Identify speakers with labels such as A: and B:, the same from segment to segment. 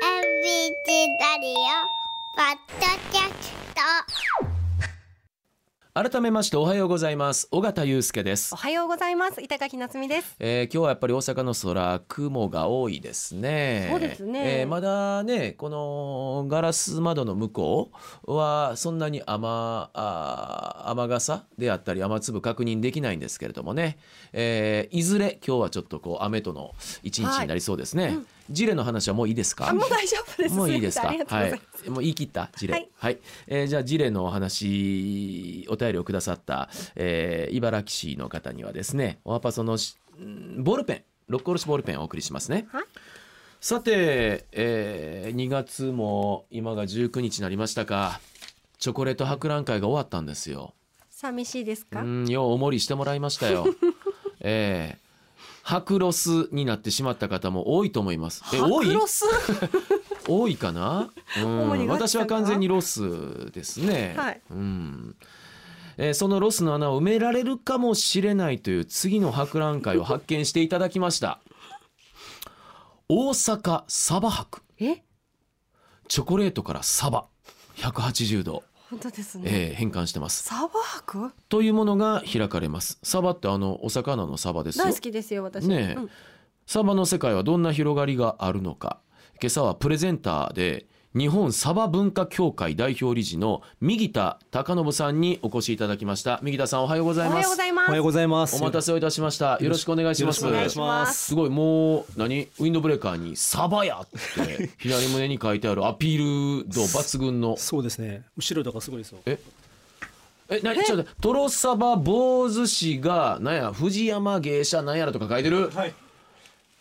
A: チラリオパッドキャスト
B: 改めましておはようございます尾形祐介です
C: お、はようございます板垣夏実です
B: えー今日はやっぱり大阪の空雲が多いですね
C: そうですね
B: えーまだねこのガラス窓の向こうはそんなに雨あー雨傘であったり雨粒確認できないんですけれどもね、えーいずれ今日はちょっとこう雨との一日になりそうですね、ジレの話はもういいですか
C: あもう大丈夫です
B: もういいですか。
C: ありがとうございます、
B: はい。もう言い切った事例。は
C: はいい。
B: えーじゃあ事例のお話お便りをくださった、えー茨城市の方にはですね、おはパソのしんボールペン、ロックおろしボールペンをお送りしますね。
C: はい
B: さて、え2月も今が19日になりましたか。チョコレート博覧会が終わったんですよ。
C: 寂しいですか、
B: うん、ようおもりしてもらいました よ。ええ白ロスになってしまった方も多いと思います。え、多い
C: 白ロス
B: 多いかな、うん
C: 主にガチ
B: 私
C: さん
B: は
C: かな
B: 完全にロスですね、
C: はい
B: うんえーそのロスの穴を埋められるかもしれないという次の博覧会を発見していただきました大阪サバ博
C: え
B: チョコレートからサバ180度、
C: 本当ですね、
B: えー変換してます
C: サバ博
B: というものが開かれますサバってあのお魚のサバですよ
C: 大好きですよ私
B: ねえ
C: うん
B: サバの世界はどんな広がりがあるのか今朝はプレゼンターで日本サバ文化協会代表理事の右田隆信さんにお越しいただきました右田さんおはようご
C: お
B: ざい
C: は
B: ま
C: ようご
B: す
C: ざいます
D: おはようございます。
B: お待たせをいたしましたよろしくお願いします
D: よろしくお願いします
B: すごいもう何ウィンドブレーカーに「サバや!」って左胸に書いてあるアピール度抜群の
D: そうですね。後ろとかすごいですよ。
B: え何ちょっと待ってトロサバ坊主氏がなんや藤山芸者なんやらとか書いてる、
D: はい。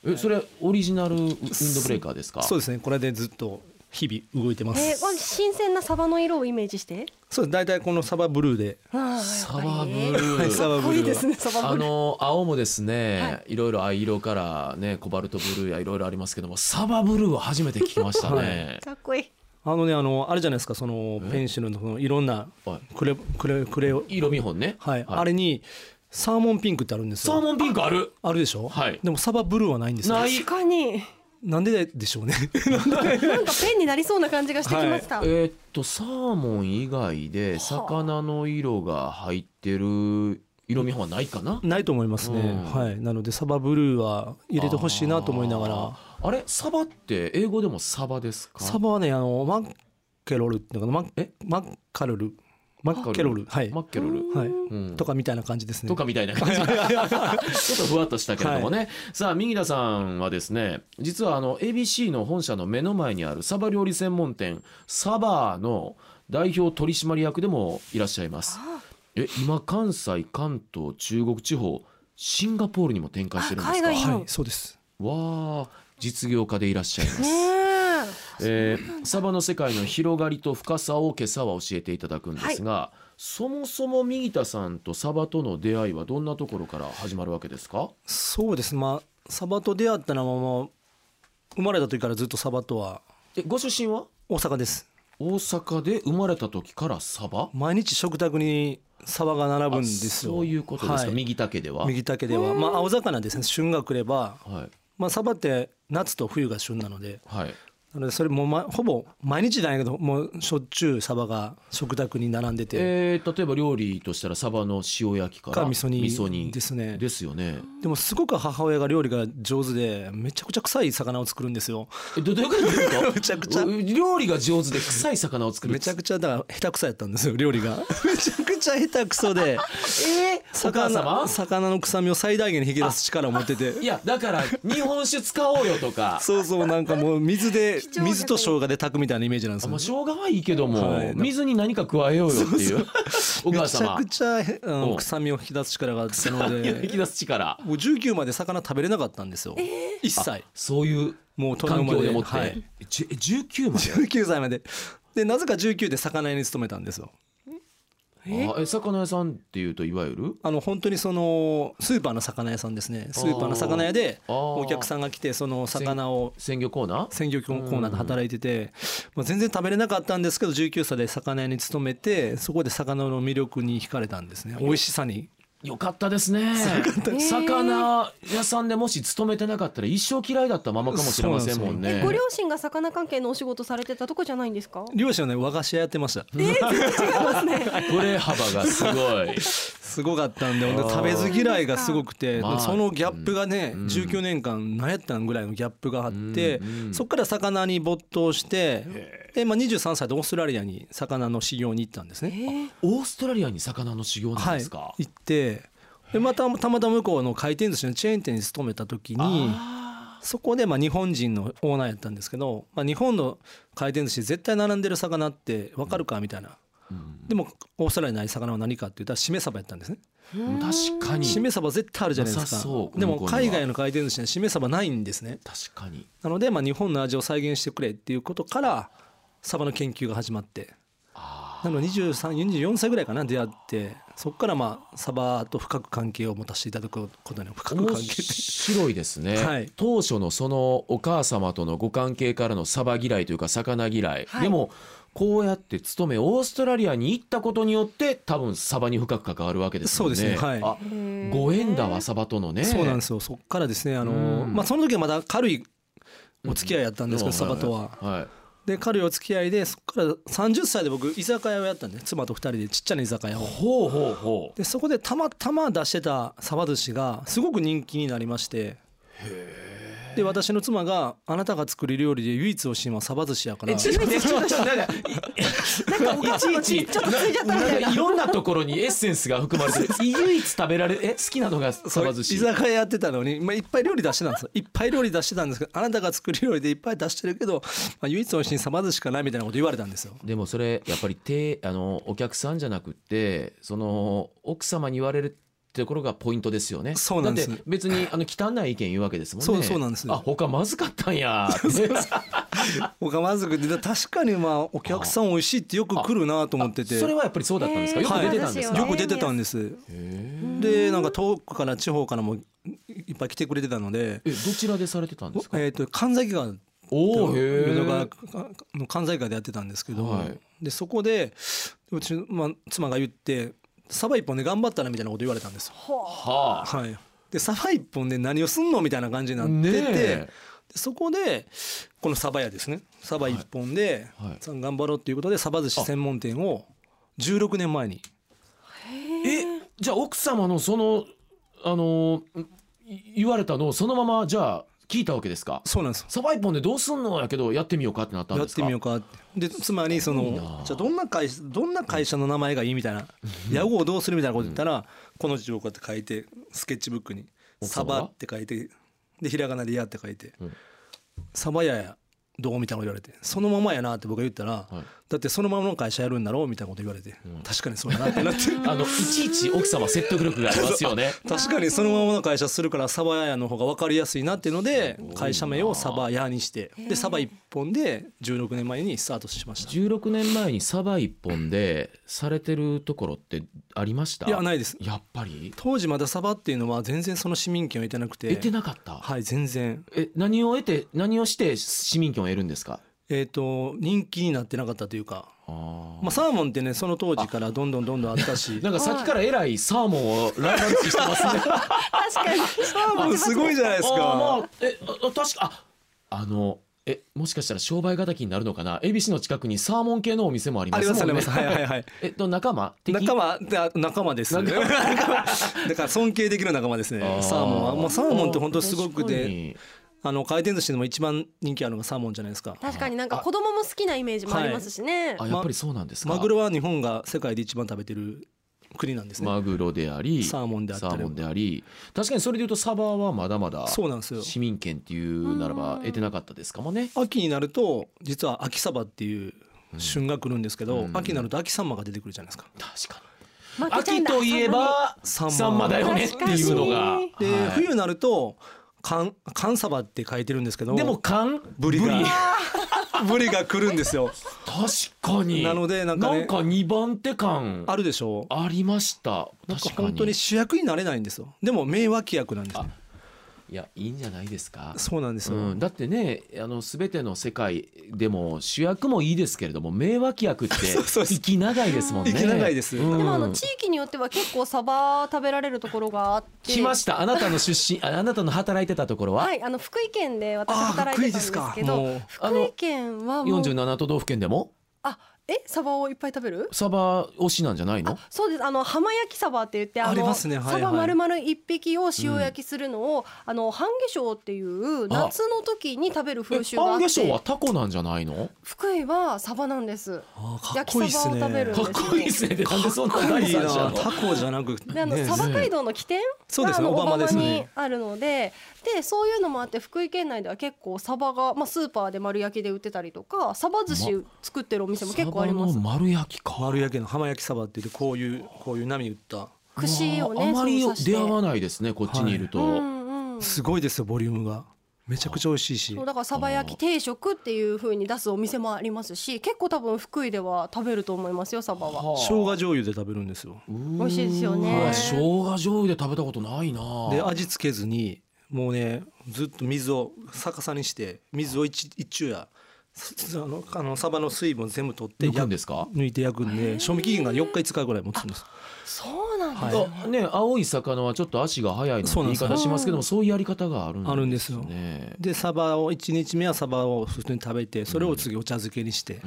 B: えそれオリジナルウウィンドブレーカーですか
D: そうですね。これでずっと日々動いてます。
C: えーこれ新鮮なサバの色をイメージして
D: そうです。大体このサバブルーで。
C: あ
B: サバブル
C: ー
D: はい
B: ー。
D: サバ
C: かっ
D: ブ
C: こいい
D: ルー
C: で
D: は
C: すねサバ
B: あ
C: ブルー
B: の青もですね、、
C: はい
B: ろいろ藍色からねコバルトブルーやいろいろありますけどもサバブルーは初めて聞きましたね。
C: かっこいい
D: あのね、あの、あれじゃないですか、そのペンシルのこのいろんな
B: は
D: クレ、クレ、クレを。
B: い、色見本ね。
D: はい。あれにサーモンピンクってあるんです
B: サー
D: よ。
B: モンピンクある。
D: あるでしょ
B: はい
D: でもサバブルーはないんですよ。
B: ない
C: 確かに
D: なんででしょうね。
C: なんかペンになりそうな感じがしてきました、
B: えーっとサーモン以外で魚の色が入ってる色見本はないかな。
D: ないと思いますね
B: うん。
D: はい。なのでサバブルーは入れてほしいなと思いながら。
B: あー。あれサバって英語でもサバですか。
D: サバはね、あの、マッケロルっていうのかな、マッ
B: え
D: マッカロル。マッケロル。はい
B: マ。ッケロル。
D: はい。
B: うん
D: とかみたいな感じですね。
B: とかみたいな 感じちょっとふわっとしたけれどもね、さあ右田さんはですね実はあの ABC の本社の目の前にあるサバ料理専門店サバーの代表取締役でもいらっしゃいますえ今関西関東中国地方シンガポールにも展開してるんです
C: あ
B: か
C: 海外
D: はい、そうです。
B: わあ実業家でいらっしゃいます、
C: ね
B: えーサバの世界の広がりと深さを今朝は教えていただくんですが、そもそも右田さんとサバとの出会いはどんなところから始まるわけですか
D: そうです。まあ、サバと出会ったのは、まあ、生まれた時からずっとサバとは
B: えご出身は
D: 大阪です。
B: 大阪で生まれた時からサバ
D: 毎日食卓にサバが並ぶんですよ。
B: あそういうことですか、
D: はい、
B: 右田家では
D: 右竹では、まあ、青魚ですね。旬が来れば、
B: はい
D: まあ、サバって夏と冬が旬なので、
B: はい
D: なのでそれもうまほぼ毎日じゃないけど、もうしょっちゅうサバが食卓に並んでて。
B: えー、例えば料理としたらサバの塩焼きから
D: か味噌煮
B: 煮
D: ですね
B: ですよね
D: でもすごく母親が料理が上手でめちゃくちゃ臭い魚を作るんですよ
B: えどどういうことどういうこと
D: めちゃくちゃ
B: う料理が上手で臭い魚を作る
D: めちゃくちゃだから下手くそやったんですよ料理が めちゃくちゃ下手くそ で
B: えー、お母様
D: 魚魚の臭みを最大限に引き出す力を持ってて
B: いやだから日本酒使おうよとか
D: そうそうなんかもう水で
C: 重な
D: 水と生姜で炊くみたいなイメージなんです
B: あま
D: よ
B: あ、生姜はいいけども、
D: はい
B: 水に何か加えようよっていう お
D: め
B: 母
D: ちゃ
B: 様
D: くちゃへあ
B: う
D: の
B: ん
D: 臭みを引き出す力があったの
B: 引
D: で
B: き出す力
D: もう19まで魚食べれなかったんですよ一切
B: そういう
D: もう
B: 環境でもって、
D: はい
B: じゅ19まで
D: 19歳まででなぜか19で魚屋に勤めたんですよ
C: え
B: あえ魚屋さんっていうといわゆる
D: あの本当にそのスーパーの魚屋さんですねスーパーの魚屋で
B: あー
D: お客さんが来てその魚を
B: 鮮魚コーナー
D: 鮮魚コーナーで働いてて、まあ、全然食べれなかったんですけど19歳で魚屋に勤めてそこで魚の魅力に惹かれたんですね美味しさに
B: よかったですね
C: った
B: 魚屋さんでもし勤めてなかったら一生嫌いだったままかもしれませんもんね
C: ご両親が魚関係のお仕事されてたとこじゃないんですか
D: 両親はね和菓子屋やってました
B: ブレ幅がすごい
D: すごかったんでほんで食べず嫌いがすごくて
B: まあ
D: そのギャップがね
B: うん
D: 19年間何やったんぐらいのギャップがあって
B: うん
D: そっから魚に没頭してで、まあ、23歳でオーストラリアに魚の修行に行ったんです
C: え
D: ね。
B: オーストラリアに魚の修行なん
D: は
B: で
D: い、
B: すか、
D: 行ってでまたたまたま向こうの回転寿司のチェーン店に勤めた時に
B: あ
D: そこでまあ日本人のオーナーやったんですけど、まあ、日本の回転寿司絶対並んでる魚って分かるかみたいな
B: ーうん
D: でもオーストラリアにない魚は何かって言ったらしめ鯖やったんですね。
C: ー
B: 確かに
D: しめ鯖絶対あるじゃないです
B: なさ
D: か
B: そう
D: で
B: 向
D: も
B: こうには
D: 海外の回転寿司にはしめ鯖ないんですね
B: 確かに
D: なのでまあ日本の味を再現してくれっていうことからサバの研究が始まって
B: あ
D: なので2344歳ぐらいかな出会ってそこからまあサバと深く関係を持たせていただくことに
B: ー
D: 深く
B: 面
D: 関係って
B: 白いですね、
D: はい
B: 当初のそのお母様とのご関係からのサバ嫌いというか魚嫌い、
C: はい
B: でもこうやって勤めオーストラリアに行ったことによって多分サバに深く関わるわけですよね
D: そうですねはい
B: あご縁だわサバとのね
D: そうなんですよそこからですねあのー
B: うん
D: まあその時はまだ軽いお付き合いやったんですけどサバとは
B: はい
D: で軽いお付き合いでそこから30歳で僕居酒屋をやったんで妻と2人でちっちゃな居酒屋を
B: ほうほうほう
D: でそこでたまたま出してたサバ寿司がすごく人気になりましてで私の妻があなたが作る料理で唯一おしいのはサバ寿司やから
B: ちょっと待ってちょっと待ってなんかいちいちちょっとついちゃったいろんなところにエッセンスが含まれてる唯一食べられえ好きなのがサ
D: そう
B: バ
D: 居
B: 寿司
D: 酒屋やってたのに、まあ、いっぱい料理出してたんですよいっぱい料理出してたんですけどあなたが作る料理でいっぱい出してるけど、まあ、唯一おいしいサバ寿司しかないみたいなこと言われたんです よ。
B: でもそれやっぱりてあのお客さんじゃなくってその奥様に言われるってところがポイントですよね
D: そうなんです
B: だって別にあの汚い意見言うわけですもんね
D: そうそうなんです
B: あ他まずかったんやって
D: 僕はまずくてで確かにまあお客さん美味しいってよく来るなと思ってて
B: それはやっぱりそうだったんですか
C: へー
B: よく出てたんです
C: は
B: か
C: い
D: よく出てたんです。
B: へー
D: でなんか遠くから地方からもいっぱい来てくれてたので。
B: えどちらでされてたんですか
D: えっ、と神崎川
B: おおへ
D: 淀川
B: え
D: の関西会でやってたんですけど、
B: はい
D: でそこでうち、まあ、妻が言って「サバ一本で頑張ったら」みたいなこと言われたんですよ。
B: はあ
D: はい、でサバ一本で何をすんのみたいな感じになってて、
B: ね
D: で
B: え
D: そこでこのサバ屋ですねサバ一本で、
B: はいはい
D: さん頑張ろうっていうことでサバ寿司専門店を16年前に
B: えじゃあ奥様のそのあのい言われたのをそのままじゃあ聞いたわけですか
D: そうなんですよ
B: サバ一本でどうすんのやけどやってみようかってなったん
D: や
B: で
D: っ
B: すか
D: てみようかってでつまりそのじゃあどんな会社どんな会社の名前がいいみたいな屋号をどうするみたいなこと言ったら、この字をこうやって書いてスケッチブックに「
B: 奥
D: サ
B: 様が
D: バ」って書いてでひらがなで「や」って書いて
B: うん
D: 「サバ屋やどう?」みたいなこと言われて「そのままやな」って僕が言ったら、
B: はい
D: だってそのままの会社やるんだろうみたいなこと言われて、確かにそうやなって なって
B: あのいちいち奥様説得力がありますよね。
D: 確かにそのままの会社するからサバ屋の方が分かりやすいなっていうので会社名をサバ屋にしてでサバ一本で16年前にスタートしました。
B: 16年前にサバ一本でされてるところってありました
D: いやないです
B: やっぱり
D: 当時まだサバっていうのは全然その市民権を得てなくて
B: 得てなかった、
D: はい全然
B: え何を得て何をして市民権を得るんですか
D: えっ、と人気になってなかったというか、
B: あ
D: まあ、サーモンってねその当時からどんどんどんどんあったし
B: なんかさっきからえらいサーモンをライバル視してますね。
C: 確 かに
D: サーモン すごいじゃ ないですか
B: あーまあえあ確かああのえもしかしたら商売敵になるのかな。恵比寿の近くにサーモン系のお店もありま
D: あり
B: すも
D: ますあ
B: ん
D: り
B: ね
D: ま。すはいはいはい
B: えっと仲間 敵
D: 仲間だ仲間です
B: 仲
D: だから尊敬できる仲間ですね
B: あ
D: サーモンはもうサーモンって本当すごく
B: 確か
D: て
B: に
D: あの回転寿司でも一番人気あるのがサーモンじゃないですか
C: 確かになんか子供も好きなイメージもありますしね、
B: あやっぱりそうなんですか。
D: マグロは日本が世界で一番食べてる国なんですね、
B: マグロであり
D: サーモンであったり
B: サーモンであり確かにそれでいうとサバはまだまだ
D: そうなんですよ
B: 市民権っていうならば
C: うん
B: 得てなかったですかもね。
D: 秋になると実は秋サバっていう旬が来るんですけど、
B: うん
D: 秋になると秋サンマが出てくるじゃないですか。
B: 確か
C: 負
B: に
C: けちゃう
B: 秋
C: んだ
B: といえば
D: サンマ
B: サンマだよねっていうのが
C: 確。
D: で、
B: はい
D: 冬になると寒寒サバって書いてるんですけど
B: でも缶
D: ブリが ブリが来るんですよ。
B: 確かに
D: なのでなんかね
B: なんか2番手感
D: あるでしょう。
B: ありました
D: なんか
B: 確かに
D: 本当に主役になれないんですよ。でも名脇役なんですね。
B: いやいいんじゃないですか
D: そうなんですよ、
B: うん、だってねあの全ての世界でも主役もいいですけれども名脇役って
D: そうそうそう
B: 息長いですもんね
D: 息長いです
B: うん
C: でもあの地域によっては結構サバ食べられるところがあって
B: 来ましたあなたの出身ああなたの働いてたところは、
C: はいあの福井県で私
D: あー
C: 働いてたんです
D: 福
C: け
D: 井ですか
C: ど
D: もう
B: あ
C: 福
B: の
C: 井県はもう
B: 47都道府県でも
C: あえサバをいっぱい食べる
B: サバ推しなんじゃないの
C: そうですあの浜焼きサバって言っての
D: ありますねはいはい
C: サバ丸々一匹を塩焼きするのを、あの半夏生っていう夏の時に食べる風習があ
B: 半
C: っ
B: 夏生
C: て
B: はタコなんじゃないの
C: 福井はサバなんです
D: あーかっ
C: 焼
D: こいい
C: き
D: っ
C: サ
D: す
C: バを
D: ね
C: 食べる
B: かっこいいですねなんでそんな第
D: いい
B: 三
D: な
B: 者の
D: タコじゃなくて
C: であの
D: ね
C: サバ街道の起点
D: そうで
C: が
D: す
C: あ
D: ね
C: の
D: 小
C: 小
D: 浜
C: 浜
D: です
C: に
D: ね
C: あるのででそういうのもあって福井県内では結構サバが、まあ、スーパーで丸焼きで売ってたりとかサバ寿司作ってるお店も結構あります
B: サバの丸焼きか
D: 丸焼けの浜焼きサバって言ってこういうこういう波打った
C: 串を
B: あ
C: ね
B: まり
C: そう刺して
B: 出会わないですねこっちにいると、
C: うんうん
D: すごいですよボリュームがめちゃくちゃ美味しいし
C: そうだからサバ焼き定食っていう風に出すお店もありますし結構多分福井では食べると思いますよサバは
B: はあ
D: 生姜醤油で食べるんですよ
B: 美
C: 美味しいですよね
B: 生姜醤油で食べたことないな
D: で味付けずにもうねずっと水を逆さにして水を一一昼夜すあのあのサバの水分全部取って
B: 抜くん
D: 焼
B: ですか、
D: 抜いて焼くんで賞味期限が4日5日ぐらい持つんです
C: そうなんだ、
D: は
B: あね青い魚はちょっと足が速いなんて
D: そうなん
B: 言い
D: ですよ
B: 方しますけどもそういうやり方があるんですね
D: あるんですよでサバを1日目はサバを普通に食べてそれを次お茶漬けにして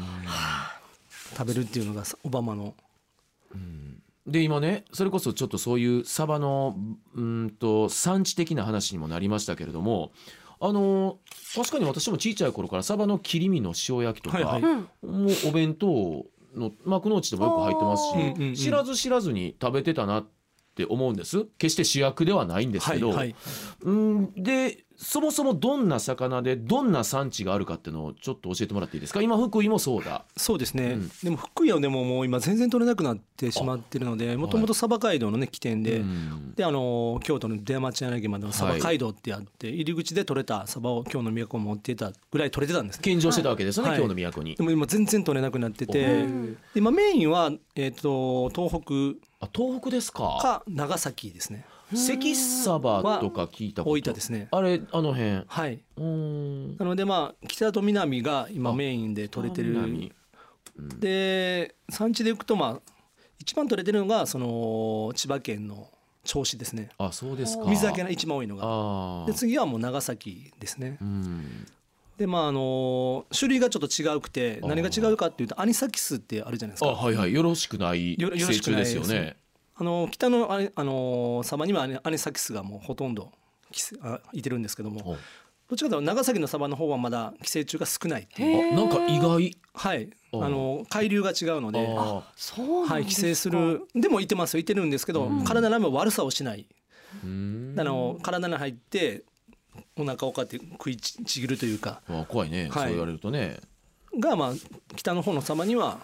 D: 食べるっていうのがオバマの
B: で今ねそれこそちょっとそういうサバのうーんと産地的な話にもなりましたけれどもあの確かに私も小さい頃からサバの切り身の塩焼きとか、
D: はいはい
C: うん、
B: もうお弁当の幕の内でもよく入ってますし、
C: あー
D: うんうんうん
B: 知らず知らずに食べてたなって思うんです決して主役ではないんですけど、
D: はいはい
B: うんでそもそもどんな魚でどんな産地があるかっていうのをちょっと教えてもらっていいですか今福井もそうだ
D: そうですね、
B: うん
D: でも福井はでももう今全然取れなくなってしまってるのでもともと鯖街道のね起点で、
B: うん
D: であの京都の出町柳までの鯖街道ってあって、入り口で取れた鯖を京の都を持ってたぐらい取れてたんですね
B: 献上してたわけですよね、
D: はい
B: 今日の都に
D: で。も今全然取れなくなって
B: う
D: て
C: ん
D: 今メインは、えー、と東
B: あ東北です
D: 北
B: か
D: か長崎ですね
B: 関サバとか聞いたこと
D: 大分ですね
B: あれあの辺う
D: はい
B: ーん
D: なのでまあ北と南が今メインで取れてる
B: 南
D: で産地で行くとまあ一番取れてるのがその千葉県の銚子ですね
B: あそうですか
D: 水揚げが一番多いのが
B: あ
D: で
B: ー
D: 次はもう長崎ですね
B: うん
D: でまああの種類がちょっと違うくて
B: あー
D: 何が違うかっていうとアニサキスってあるじゃないです
B: あ
D: か
B: はいはいよろしくない
D: よろよろ
B: 成
D: し
B: 虫
D: くない
B: で
D: です
B: すよね
D: あの北のあれあのサバにはアニアニサキスがもうほとんど寄生あいてるんですけども
B: おあ
D: どっちかというと長崎のサバの方はまだ寄生虫が少ないっていう
C: へー
B: なんか意外
D: はいあ
B: あー
D: の海流が違うので
B: あ
C: そうなん
D: はい、
C: で
D: 寄
C: す
D: 生するでもいてますよいてるんですけど、体の悪さをしない、
B: ーうーん
D: あの体に入ってお腹をこうやって食いちちぎるというか
B: あ怖いね
D: はい
B: そう言われるとね
D: が、まあ、北の方の様には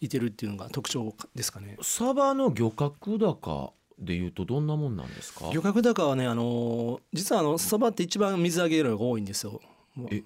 D: いてるっていうのが特徴ですかね。
B: サバの漁獲高でいうとどんなもんなんですか
D: 漁獲高はね、あのー実はあのサバって一番水揚げ量が多いんですよ。もう
B: え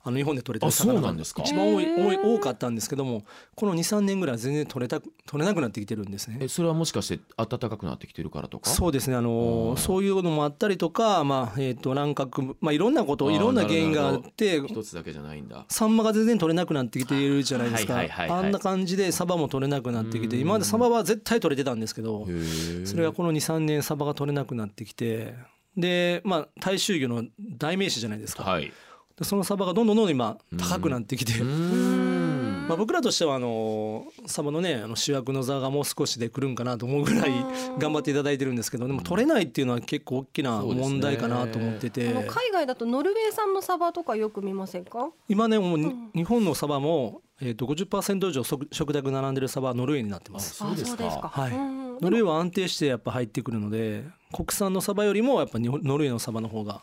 D: あの日本で取れてる
B: あそう
D: 魚が
B: なんですか
D: 一番多い
C: へ
D: 多い
C: ー
D: 多かったんですけどもこの23年ぐらいは全然取れた取れなくなってきてるんですね
B: え。それはもしかして暖かくなってきてるからとか
D: そうですね、あの
B: うん
D: そういうのもあったりとか、まあえー、と乱獲、まあ、いろんなこと
B: あー
D: いろんな原因があって
B: 一つだけじゃないんだ
D: サンマが全然取れなくなってきているじゃないですか、
B: はいはいはいはい
D: あんな感じでサバも取れなくなってきて
B: うん
D: 今までサバは絶対取れてたんですけど
B: へー
D: それがこの23年サバが取れなくなってきてで、まあ、大衆魚の代名詞じゃないですか、
B: はい
D: でそのサバがどんどんどんどん今高くなってきて。
B: うーん
D: まあ、僕らとしてはあのサバのねあの主役の座がもう少しで来るんかなと思うぐらい頑張っていただいてるんですけどでも取れないっていうのは結構大きな
B: そうですね
D: 問題かなと思ってて、
C: あの海外だとノルウェー産のサバとかよく見ませんか
D: 今ねもうに
C: うん
D: 日本のサバも、えー、と50%以上食食卓並んでるサバはノルウェーになってま
B: あ
D: す。
B: そうです
C: あ
B: か
D: はい
C: うんうん
D: ノルウェーは安定してやっぱ入ってくるので国産のサバよりもやっぱ日本ノルウェーのサバの方が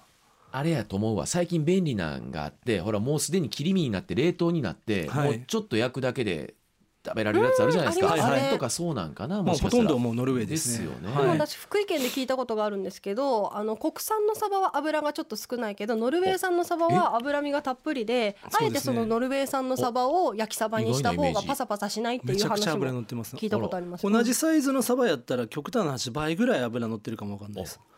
B: あれやと思うわ最近便利なんがあってほらもうすでに切り身になって冷凍になって、
D: はい
B: もうちょっと焼くだけで食べられるやつあるじゃないですか
C: うん
B: あ
D: ありますね
B: れとかそうなんかな
D: も
B: も
D: う
B: しか
D: ほ
B: したら
D: とんどもうノルウェーですね。
B: ですよね
D: は
C: でも
D: い
C: 私福井県で聞いたことがあるんですけどあの国産のサバは脂がちょっと少ないけどノルウェー産のサバは脂身がたっぷりで
D: そ
C: あ
D: う
C: え
D: で
C: て
D: すね
C: そのノルウェー産のサバを焼きサバにした
B: 意外なイメー
C: 方が
B: ジ
C: パサパサしないって
D: め
C: い
D: ち
C: う
D: ゃくちゃ
C: 話
D: 脂乗
C: も
D: ってます
C: 聞いたことあります
D: 同じサイズのサバやったら極端な話倍ぐらい脂乗ってるかもわかんないです
B: あ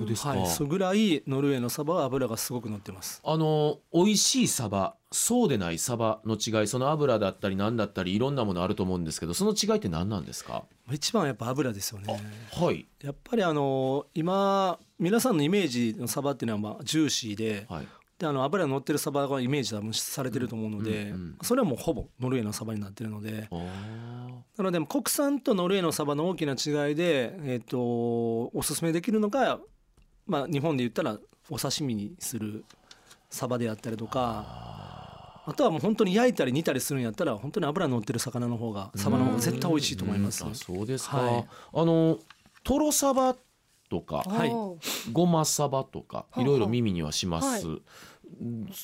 B: そうですか、
D: はい、それぐらいノルウェーのサバは脂がすごく乗ってます。
B: あの美味しいサバそうでないサバの違いその油だったり何だったりいろんなものあると思うんですけどその違いって何なんですか
D: 一番はやっぱ油ですよね。
B: はい
D: やっぱりあの今皆さんのイメージのサバっていうのはまあジューシーで、
B: はい
D: であの油が乗ってるサバがイメージ多分されてると思うので、
B: うんうん
D: それはもうほぼノルウェーのサバになってるので、
B: あー
D: なので国産とノルウェーのサバの大きな違いで、えっとおすすめできるのが、まあ、日本で言ったらお刺身にするサバであったりとかあとはもう本当に焼いたり煮たりするんやったら本当に油乗ってる魚の方がサバの方が絶対美味しいと思います
B: うんあそうですか、
D: はい
B: あのトロサバとか
D: はい
C: おー
B: ごまサバとか
C: あ
B: いろいろ耳にはします、
C: は
B: うん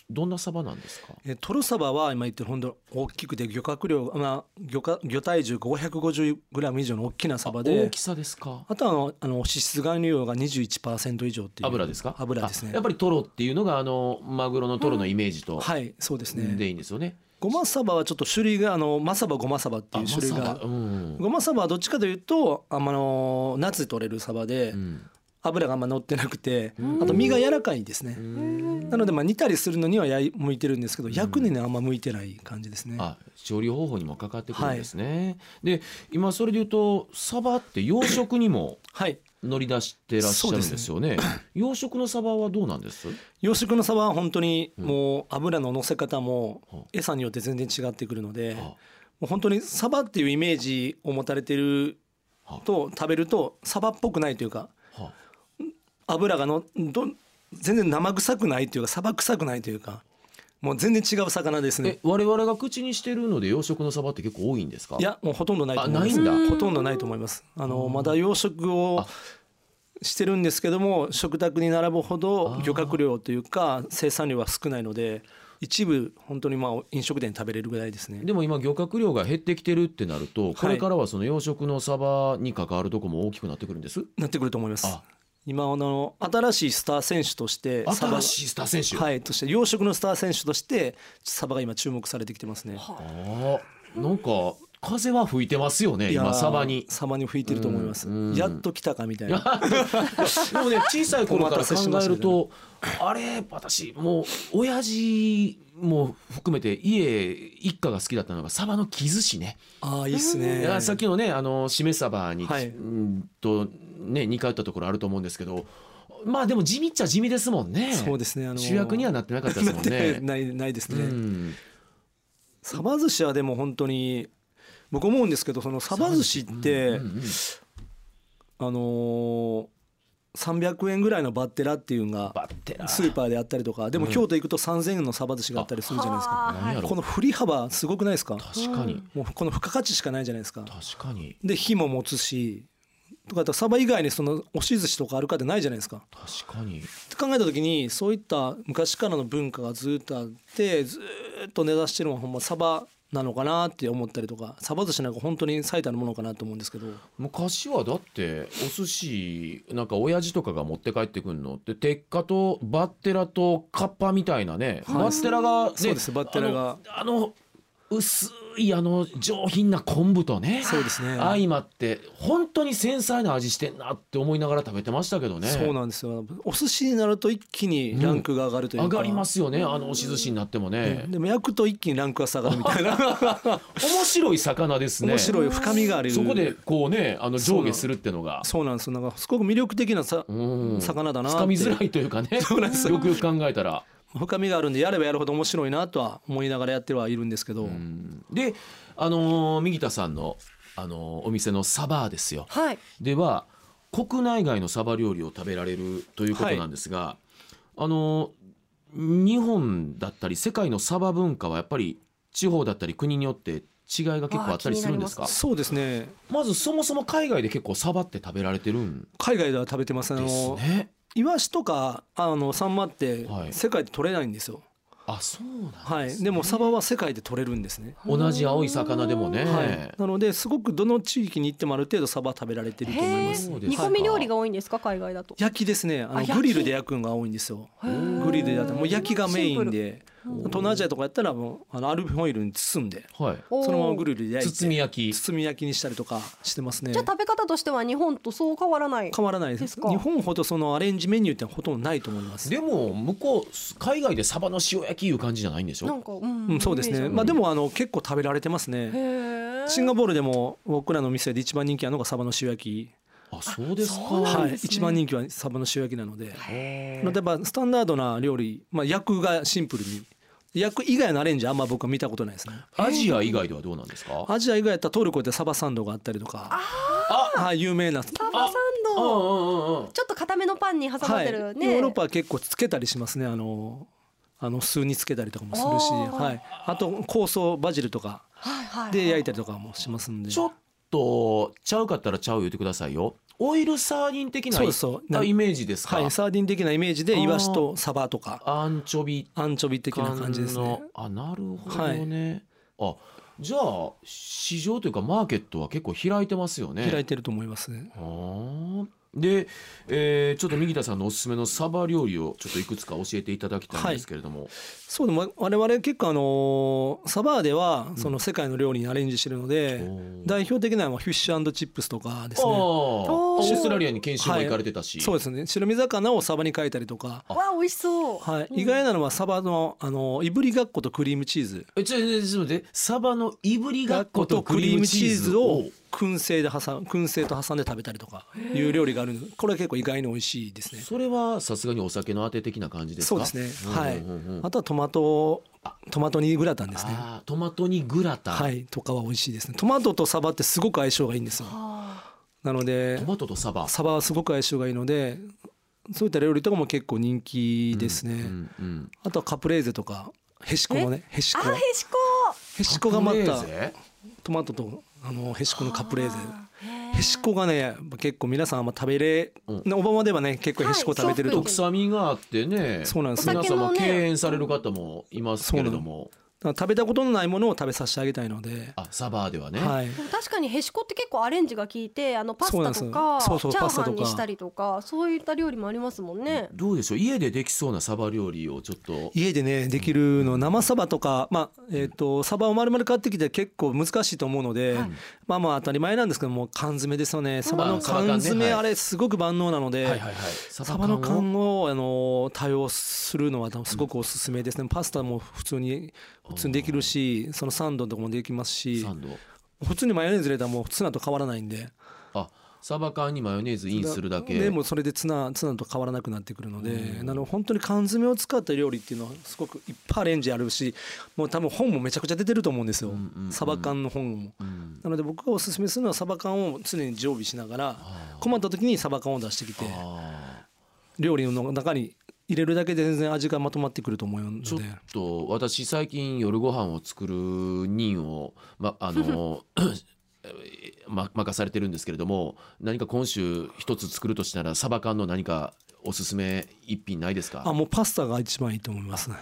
B: どんなサバなんですか
D: えートロサバは今言ってる本当大きくて漁獲量、まあ、漁獲魚体重 550g 以上の大きなサバ
B: 大
D: で
B: きさですか
D: あとはあのあの脂質含有量が21%以上っていう
B: 油ですか
D: 油です
B: あ
D: ね
B: やっぱりトロっていうのがあのマグロのトロのイメージと、
D: はいそうですね
B: でいいんですよね
D: ごまサバはちょっと種類があのマサバごまサバっていう種類
B: あま
D: が
B: さかうん
D: ごまサバはどっちかというとあんまあの夏に取れるサバで
B: うん
D: 油があんま乗ってなくてあと身が柔らかいですねなのでまあ煮たりするのにはやい向いてるんですけど焼くのにはあんま向いてない感じですね
B: あ調理方法にもかかってくるんですね、で今それで言うとサバって養殖にも
D: はい
B: 乗り出してらっしゃるんですよね養殖のサバはどうなんです
D: 養殖のサバは本当にもう油の乗せ方も
B: う
D: 餌によって全然違ってくるので
B: あ
D: もう本当にサバっていうイメージを持たれてると食べるとサバっぽくないというか
B: は
D: 油がのど全然生臭くないというかサバ臭くないというかもう全然違う魚です
B: え
D: ね
B: 我々が口にしてるので養殖のサバって結構多いんですか
D: いやもうほとんどないと思います
B: あないんだ
D: ほとんどないと思いますあのまだ養殖を
B: あ
D: してるんですけども食卓に並ぶほど漁獲量というか生産量は少ないので一部本当にまあ飲食店で食べれるぐらいですね
B: でも今漁獲量が減ってきてるってなるとこれからはその養殖のサバに関わるとこも大きくなってくるんです、
D: なってくると思います
B: あ
D: 今あの新しいスター選手としてサ
B: 新
D: バ
B: しいスター選手、
D: はいとして養殖のスター選手としてサバが今注目されてきてますね
B: あーなんか風は吹いてますよね
D: いやー
B: 今サバに
D: サバに吹いてると思います
B: うんうん
D: やっと来たかみたいな
B: で もね小さい頃から
D: お待たせしま
B: 考え
D: した
B: るとあれ私もう親父も含めて家一家が好きだったのがサバの木寿司ね、
D: ああいいっす
B: い
D: ね
B: やさっきのねあのしめサバに、
D: はい
B: うんとね似通ったところあると思うんですけどまあでも地味っちゃ地味ですもんね
D: そうですねあの
B: 主役にはなってなかったです
D: な
B: も
D: っ
B: ん
D: て
B: ね。
D: ないないです
B: う
D: ね
B: ん
D: サバ寿司はでも本当に僕思うんですけどそのサバ寿司って
B: うんうん
D: あのー300円ぐらいのバッテラっていうのが
B: バッテラ
D: スーパーであったりとかでも京都行くと3000円のサバ寿司があったりするじゃないです
C: はあ
D: か
B: 何やろ
D: この振り幅すごくないですか
B: 確かに
D: もうこの付加価値しかないじゃないですか
B: 確かに
D: で火も持つしとかあとサバ以外にその押し寿司とかあるかってないじゃないですか
B: 確かに
D: って考えた時にそういった昔からの文化がずっとあってずっと根ざしてるのはほんまサバなのかなって思ったりとかサバ寿司なんか本当に最たるものかなと思うんですけど
B: 昔はだってお寿司なんか親父とかが持って帰ってくるのって鉄火とバッテラとカッパみたいなね、バッテラが、ね、
D: そうですバッテラが
B: あのあの薄いあの上品な昆布とね
D: そうですね
B: 相まって本当に繊細な味してんなって思いながら食べてましたけどね
D: そうなんですよお寿司になると一気にランクが上がるというか、
B: 上がりますよねあの押し寿司になってもね、
D: でも焼くと一気にランクが下がるみた いな
B: 面白い魚ですね
D: 面白い深みがある
B: そこでこうねあの上下するってのが
D: そうなんですよなんかすごく魅力的なさ、
B: うん
D: 魚だな
B: つ
D: って
B: かみづらいというかね
D: うなんですよ
B: よくよく考えたら。
D: 深みがあるんでやればやるほど面白いなとは思いながらやってはいるんですけど、
B: うんで、あのー、右田さんの、あのーお店のサバーですよ。
C: はい
B: では、国内外のサバ料理を食べられるということなんですが、あのー日本だったり世界のサバ文化はやっぱり地方だったり国によって違いが結構あったりするんですかま
D: そうですね
B: ずそもそも海外で結構サバって食べられてるん
D: 海外では食べてますあ
B: で
D: の
B: すね。
D: イワシとかあのサンマって
B: はい
D: 世界で取れないんですよ、
B: あそうなんです、
D: はいでもサバは世界で取れるんですね、
B: 同じ青い魚でもね、
D: はい、なのですごくどの地域に行ってもある程度サバ食べられてると思い
C: へ
D: ま
C: え
D: す
B: そう
C: 煮
B: です
C: 込み料理が多いんですか海外だと
D: 焼きですねあ
C: あ
D: の
C: 焼き
D: グリルで焼くのが多いんですよ
C: へー
D: グリルで焼くもう焼きがメインで東南アジアとかやったらもうあのアルミホイルに包んで
B: はい
D: そのままグ
C: ル
D: リルで焼いて
B: 包み焼き
D: 包み焼きにしたりとかしてますね
C: じゃあ食べ方としては日本とそう変わらない
D: 変わらないで
C: ですすか
D: 日本ほどそのアレンジメニューってほとんどないと思います
B: でも向こう海外でサバの塩焼きいう感じじゃないんでし
C: な
B: ょ
C: んかうん、
D: うん、そうです
C: イメ
D: ね、
C: ージ
D: まあ、でもあの結構食べられてますね
C: へえ
D: シンガポールでも僕らの店で一番人気なのがサバの塩焼き、
B: あそうですか
C: そうなん
D: は
C: で
D: い、
C: すね
D: 一番人気はサバの塩焼きなので
B: へ
D: 例えばスタンダードな料理、まあ、焼くがシンプルに焼く以外のアレンジあんま僕は見たことないですね
B: アジア以外ではどうなんですか
D: アジア以外やったらトルコでサバサンドがあったりとかはい、有名な、はい、
C: サバサン
B: うんう
C: ド
B: んうんうん
C: ちょっと固めのパンに挟まってるね、
D: ヨーロッパは結構つけたりしますねあのあの酢につけたりとかもするし、
C: あー
D: はい、あと香草バジルとか
C: はいはいはい
D: で焼いたりとかもしますんで
B: ちょっとちゃうかったらちゃう言ってくださいよオイルサーディン的な
D: そうそう
B: なイメージですか、
D: はい、サーディン的なイメージ
B: あ
D: で
B: ー
D: イワシとサバとか
B: アンチョビ
D: アンチョビ的な感じですね
B: 缶のあなるほどね、あじゃあ市場というかマーケットは結構開いてますよね
D: 開いてると思いますね
B: あーで、えーちょっと右田さんのおすすめのサバ料理をちょっといくつか教えていただきたいんですけれども、
D: そうでも我々結構あのーサバーではその世界の料理にアレンジしてるので、
B: おー
D: 代表的なのはフィッシュチップスとかです
B: あー
D: ね
B: オ
C: お
B: ー
C: ー
B: ストラリアに研修も行かれてたし、
D: そうですね白身魚をサバに変えたりとか、
C: わあ美味しそう
D: はい、
C: うん
D: 意外なのはサバのあのいぶりがっことクリームチーズ
B: えちょちょちょっと待ってサバのいぶりがっこ
D: ことと
B: ク
D: ク
B: リ
D: リ
B: ー
D: ー
B: ム
D: ム
B: チ
D: チ
B: ー
D: ー
B: ズ
D: ズ
B: を
D: を燻製で挟ん燻製と挟んで食べたりとかいう料理があるのこれは結構意外に美味しいですね
B: それはさすがにお酒のあて的な感じです
D: そう
B: か
D: ですね、
B: うん
D: はい
B: うんうんうん
D: あとはトマトトマト煮グラタンですね
B: あートマトにグラタン、
D: はいとかは美味しいですねトマトとサバってすごく相性がいいんですよ
C: あ
D: なので
B: トマトとサバ
D: サバはすごく相性がいいのでそういった料理とかも結構人気ですね、
B: うんうん
D: あとはカプレーゼとかヘシコもねヘシ
C: ー
D: コ
C: あへしこ
D: ヘシコがま
B: カ
D: た
B: プレーゼ
D: トマトとあのヘシコのカプレーゼ
C: あーへー
D: ヘシコがねやっぱ結構皆さんあんま食べれ、オバマではね結構ヘシコ食べてる
B: ちょ
D: と、
B: っと臭みがあってね
D: そうなんですよ
B: 皆様
C: お酒のね
B: 敬遠される方もいますけれども、
D: 食べたことのないものを食べさせてあげたいので、
B: あサバではね、
D: はい
C: でも確かにへしこって結構アレンジが効いてあのパス
D: そうな
C: タ
D: ん
C: と
D: ですよ
C: か
D: そうそう
C: チャ
D: パ
C: ー
D: スタ
C: ハ
D: と
C: ン
D: か
C: にしたりとかそういった料理もありますもんね。
B: どうでしょう家でできそうなサバ料理をちょっと
D: 家でねできるの生サバとか、まあえー、とサバを丸々買ってきて結構難しいと思うので、まあまあ当たり前なんですけども缶詰ですよねサバの缶
B: あサバ缶
D: 詰
B: ねはい
D: あれすごく万能なので、
B: いサ
D: サバの
B: 缶を
D: 缶をあの多用するのはすごくおすすめですね、パスタも普通に普通にできるしそのサンドとかもできますし
B: サンド
D: 普通にマヨネーズ入れたらもうツナと変わらないんで
B: あサバ缶にマヨネーズインするだけ
D: でもうそれでツナツナと変わらなくなってくるので、あの本当に缶詰を使った料理っていうのはすごくいっぱいアレンジあるしもう多分本もめちゃくちゃ出てると思うんですよ、サバ缶の本も。
B: うん
D: なので僕がおすすめするのはサバ缶を常に常備しながら困った時にサバ缶を出してきて
B: あ
D: 料理の中に入れるだけで全然味がまとまってくると思うの
B: ーちょっ
D: で。
B: と私最近夜ご飯を作る任をまあの ま任されてるんですけれども何か今週一つ作るとしたらサバ缶の何かおすすめ一品ないです
D: あ
B: か
D: もうパスタが一番いいと思いますね。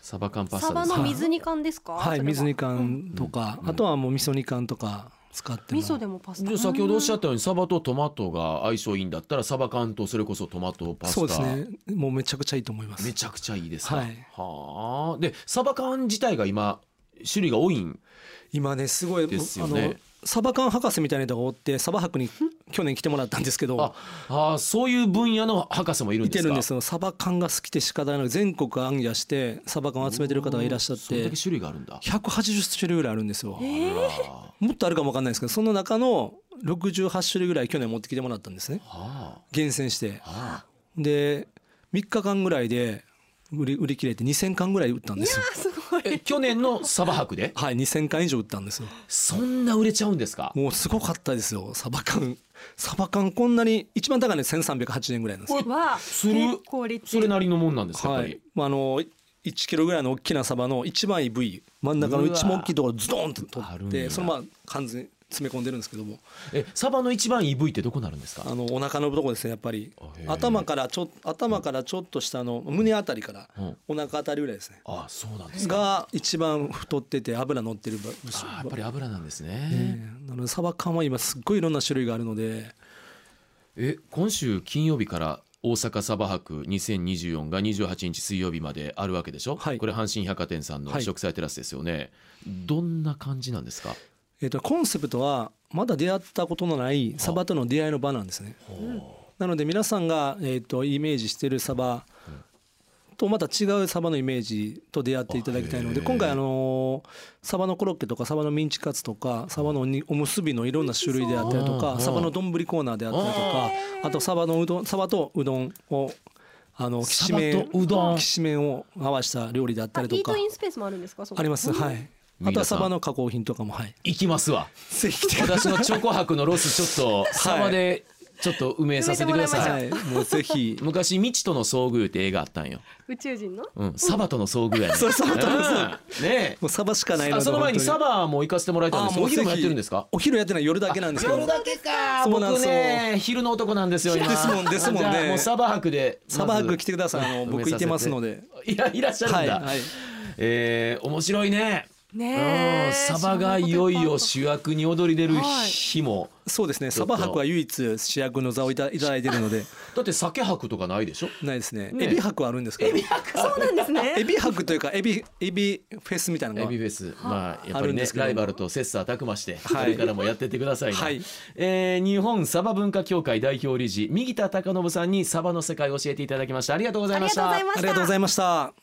B: サバ缶パス
C: サ
B: タで
C: バ
B: すか
C: の水煮缶ですか？
D: はい
C: それ
D: 水煮缶とか、あとはもう味噌煮缶とか使っても
C: 味噌でもパス
B: じゃ
C: タ。
B: あ先ほどおっしゃったようにサバとトマトが相性いいんだったらサバ缶とそれこそトマトパスタ
D: そうですねもうめちゃくちゃいいと思います
B: めちゃくちゃいいですか、
D: はい
B: はあでサバ缶自体が今種類が多いん
D: 今ねすごい
B: ですよね
D: あのサバ缶博士みたいな人がおってサバ博に去年来てもらったんですけ
B: あ
D: ど
B: あそういう分野の博士もいるん
D: い
B: で
D: て
B: すか
D: るんですよサバ缶が好きで仕方なく全国行脚してサバ缶を集めてる方がいらっしゃっ
B: それだ
D: て
B: け種類があるんだ
D: 180種類ぐらいあるんですよ、
B: は
D: もっとあるかもわかんないですけどその中の68種類ぐらい去年持ってきてもらったんですね
B: あ
D: 厳選して
B: はあ
D: で3日間ぐらいで売り売り切れて2000缶ぐらい売ったんですよ
C: あすごい。
B: え去年のサバ博で
D: はい2000缶以上売ったんですよ
B: そんな売れちゃうんですか
D: もうすごかったですよサバ缶サバ缶こんなに一番高いの1308円ぐらいなんですよ
C: は
B: する
C: 結構立
B: それなりのもんなんですかやっ
D: は
B: ぱり
D: い、まあ、あの1キロぐらいの大きなサバの一番いい部位真ん中の一番大きいところズドンと取
B: ある
D: っ
B: んや
D: てそのまま完全に詰め込んでるんですけども
B: えサバの一番 EV ってどこなるんですか
D: あのお腹のとこですねやっぱり
B: あへえ
D: 頭からちょ頭からちょっと下の胸あたりから
B: うん
D: お腹あたりぐらいですね
B: あそうなんですか
D: が一番太ってて脂乗ってる部部
B: あ
D: 分
B: やっぱり油なんですね、
D: ねなのでサバ缶は今すっごいいろんな種類があるので
B: え今週金曜日から大阪サバ博2024が28日水曜日まであるわけでしょ、
D: はい
B: これ阪神百貨店さんの
D: はい
B: 植栽テラスですよね、どんな感じなんですか
D: えっとコンセプトはまだ出会ったことのないサバとの出会いの場なんですね。なので皆さんが、えっとイメージしてるサバとまた違うサバのイメージと出会っていただきたいので
B: あへー
D: 今回あのーサバのコロッケとかサバのミンチカツとかサバのおにおむすびのいろんな種類であったりと
B: うん
D: かサバの丼コーナーであったりとかあとサバのうどんサバとうどんをあのきしめ
B: サバ
D: ん
B: とうどん
D: きしめんを合わせた料理であっ
C: あ
D: た
C: イ
D: りと
C: ー
D: か
C: トインスペースもあるんですかそこ
D: ありますはい
B: うん
D: あとはサバの加工品とかもはい
B: 行きますわ
D: ぜひ来てください
B: 私のチョコ博のロスちょっとサバでちょっと埋めさせてください、
D: はい、もうぜひ。
B: 昔未知との遭遇って映画あったんよ、
C: 宇宙人の
B: うん、サバとの遭遇やね
D: そうサバとの遭
B: うんね
D: もうサバしかない
B: え
D: の
B: あ
D: で。
B: その前にサ
D: バ
B: バも行かせてもらいたいんですお昼もやってるんですか
D: お昼やってない夜だけなんですけど。
B: 夜だけか
D: そうなん
B: 僕
D: ですよ
B: ね昼の男なんですよ今
D: ですもんですもんね
B: じゃあもうサバ博で
D: サバ博来てください。あの僕いてますの
B: で
D: で。
B: いやいらっしゃる
D: は
B: ん
D: い
B: だ、
D: はい。
B: えー面白いね
C: ねえ
B: うんサバがいよいよ主役に躍り出る日も、
D: そうですね。
B: ちょ
D: サ
B: っと
D: バ博は唯一主役の座をいたいただいてるので、
B: だって酒博とかないでしょ
D: ないですね。
B: ね
D: エビ博はあるんですけど。エビ博。
C: そうなんですね
D: エビ博というかエビエビフェスみたいなの
B: エ
D: が
B: ビ。フェス、まあ、やっぱ
D: ある
B: り
D: ん
B: ね
D: ですけど
B: ライバルと切磋琢磨して、
D: はい
B: これからもやってってくださいね、
D: はい
B: えー日本サバ文化協会代表理事右田貴信さんにサバの世界を教えていただきましたありがとうございました
C: ありがとうございました
D: ありがとうございました。